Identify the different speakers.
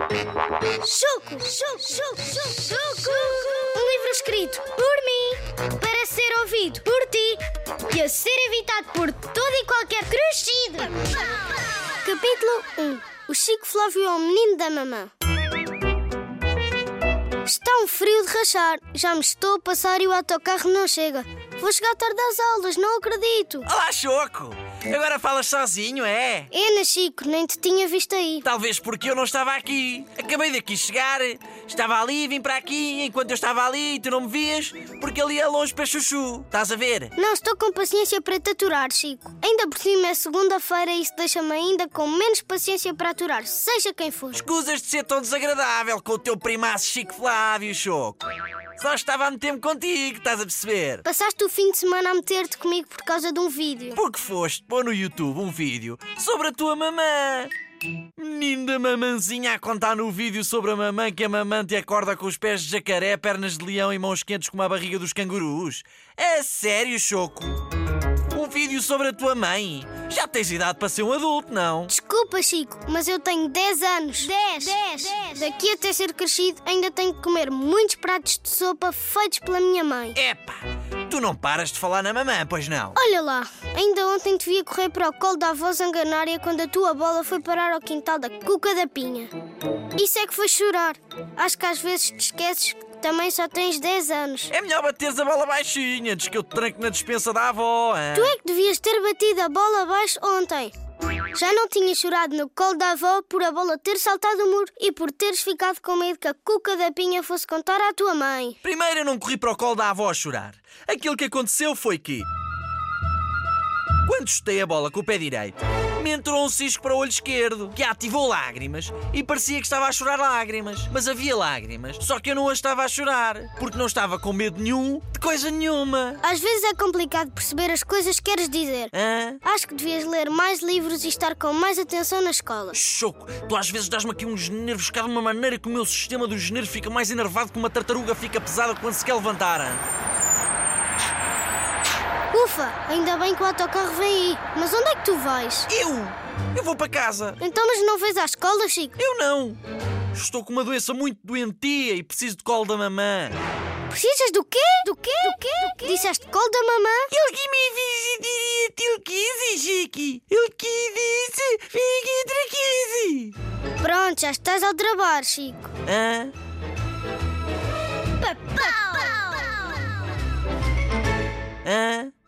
Speaker 1: Chuco, chuco, chuco, chuco, chuco. Um livro escrito por mim, para ser ouvido por ti e a ser evitado por todo e qualquer crescido. Capítulo 1. O Chico Flávio é o menino da mamã. Está um frio de rachar. Já me estou a passar e o autocarro não chega. Vou chegar tarde às aulas, não acredito.
Speaker 2: Olá, Choco! Agora falas sozinho, é?
Speaker 1: Ana né, Chico, nem te tinha visto aí.
Speaker 2: Talvez porque eu não estava aqui. Acabei de aqui chegar, estava ali, vim para aqui, enquanto eu estava ali tu não me vias, porque ali é longe para Chuchu. Estás a ver?
Speaker 1: Não estou com paciência para te aturar, Chico. Ainda por cima é segunda-feira e isso deixa-me ainda com menos paciência para aturar, seja quem for.
Speaker 2: Escusas de ser tão desagradável com o teu primaço Chico Flávio, Choco. Só estava a meter-me contigo, estás a perceber?
Speaker 1: Passaste o fim de semana a meter-te comigo por causa de um vídeo.
Speaker 2: Porque foste pôr no YouTube um vídeo sobre a tua mamã. Menino da mamãzinha a contar no vídeo sobre a mamã que a mamã te acorda com os pés de jacaré, pernas de leão e mãos quentes como a barriga dos cangurus. É sério, Choco? Um vídeo sobre a tua mãe? Já tens idade para ser um adulto, não?
Speaker 1: Desculpa, Chico, mas eu tenho 10 anos. 10! 10! Daqui até ser crescido, ainda tenho que comer muitos pratos de sopa feitos pela minha mãe.
Speaker 2: Epá, tu não paras de falar na mamã, pois não?
Speaker 1: Olha lá, ainda ontem te via correr para o colo da avó zanganária quando a tua bola foi parar ao quintal da cuca da pinha. Isso é que foi chorar. Acho que às vezes te esqueces que também só tens 10 anos.
Speaker 2: É melhor bateres a bola baixinha antes que eu te tranque na dispensa da avó, hein?
Speaker 1: Tu é que devias ter batido a bola abaixo ontem. Já não tinhas chorado no colo da avó por a bola ter saltado o muro e por teres ficado com medo que a cuca da pinha fosse contar à tua mãe.
Speaker 2: Primeiro eu não corri para o colo da avó a chorar. Aquilo que aconteceu foi que. Quando chutei a bola com o pé direito, me entrou um cisco para o olho esquerdo, que ativou lágrimas e parecia que estava a chorar lágrimas. Mas havia lágrimas, só que eu não as estava a chorar, porque não estava com medo nenhum de coisa nenhuma.
Speaker 1: Às vezes é complicado perceber as coisas que queres dizer.
Speaker 2: Hã?
Speaker 1: Acho que devias ler mais livros e estar com mais atenção na escola.
Speaker 2: Choco, tu às vezes dás-me aqui uns nervos, cá de uma maneira que o meu sistema dos nervos fica mais enervado que uma tartaruga fica pesada quando se quer levantar. hein?
Speaker 1: Ufa, ainda bem que o autocarro vem aí. Mas onde é que tu vais?
Speaker 2: Eu? Eu vou para casa.
Speaker 1: Então, mas não vais à escola, Chico?
Speaker 2: Eu não. Estou com uma doença muito doentia e preciso de colo da mamã.
Speaker 1: Precisas do quê? Do quê? Do quê? Disseste colo da mamã?
Speaker 2: Ele que me visitaria teu 15, Chique. Ele que disse, fique entre 15.
Speaker 1: Pronto, já estás ao trabalho, Chico.
Speaker 2: Hã? Hã?